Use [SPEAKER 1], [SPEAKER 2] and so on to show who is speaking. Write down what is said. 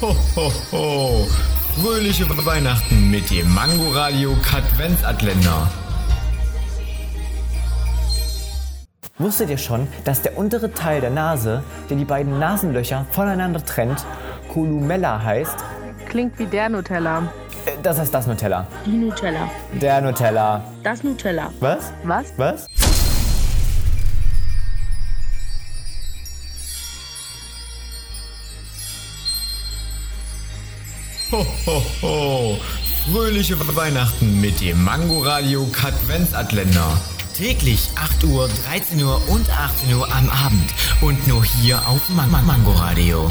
[SPEAKER 1] Ho, ho, ho. Fröhliche Weihnachten mit dem Mango Radio Katwenzatländer.
[SPEAKER 2] Wusstet ihr schon, dass der untere Teil der Nase, der die beiden Nasenlöcher voneinander trennt, Columella heißt?
[SPEAKER 3] Klingt wie der Nutella.
[SPEAKER 2] Äh, Das heißt das Nutella.
[SPEAKER 3] Die Nutella.
[SPEAKER 2] Der Nutella.
[SPEAKER 3] Das Nutella.
[SPEAKER 2] Was?
[SPEAKER 3] Was?
[SPEAKER 2] Was?
[SPEAKER 1] Ho, ho, ho. Fröhliche Weihnachten mit dem Mango Radio Katwenzatländer. Täglich 8 Uhr, 13 Uhr und 18 Uhr am Abend. Und nur hier auf Man Man- Mango Radio.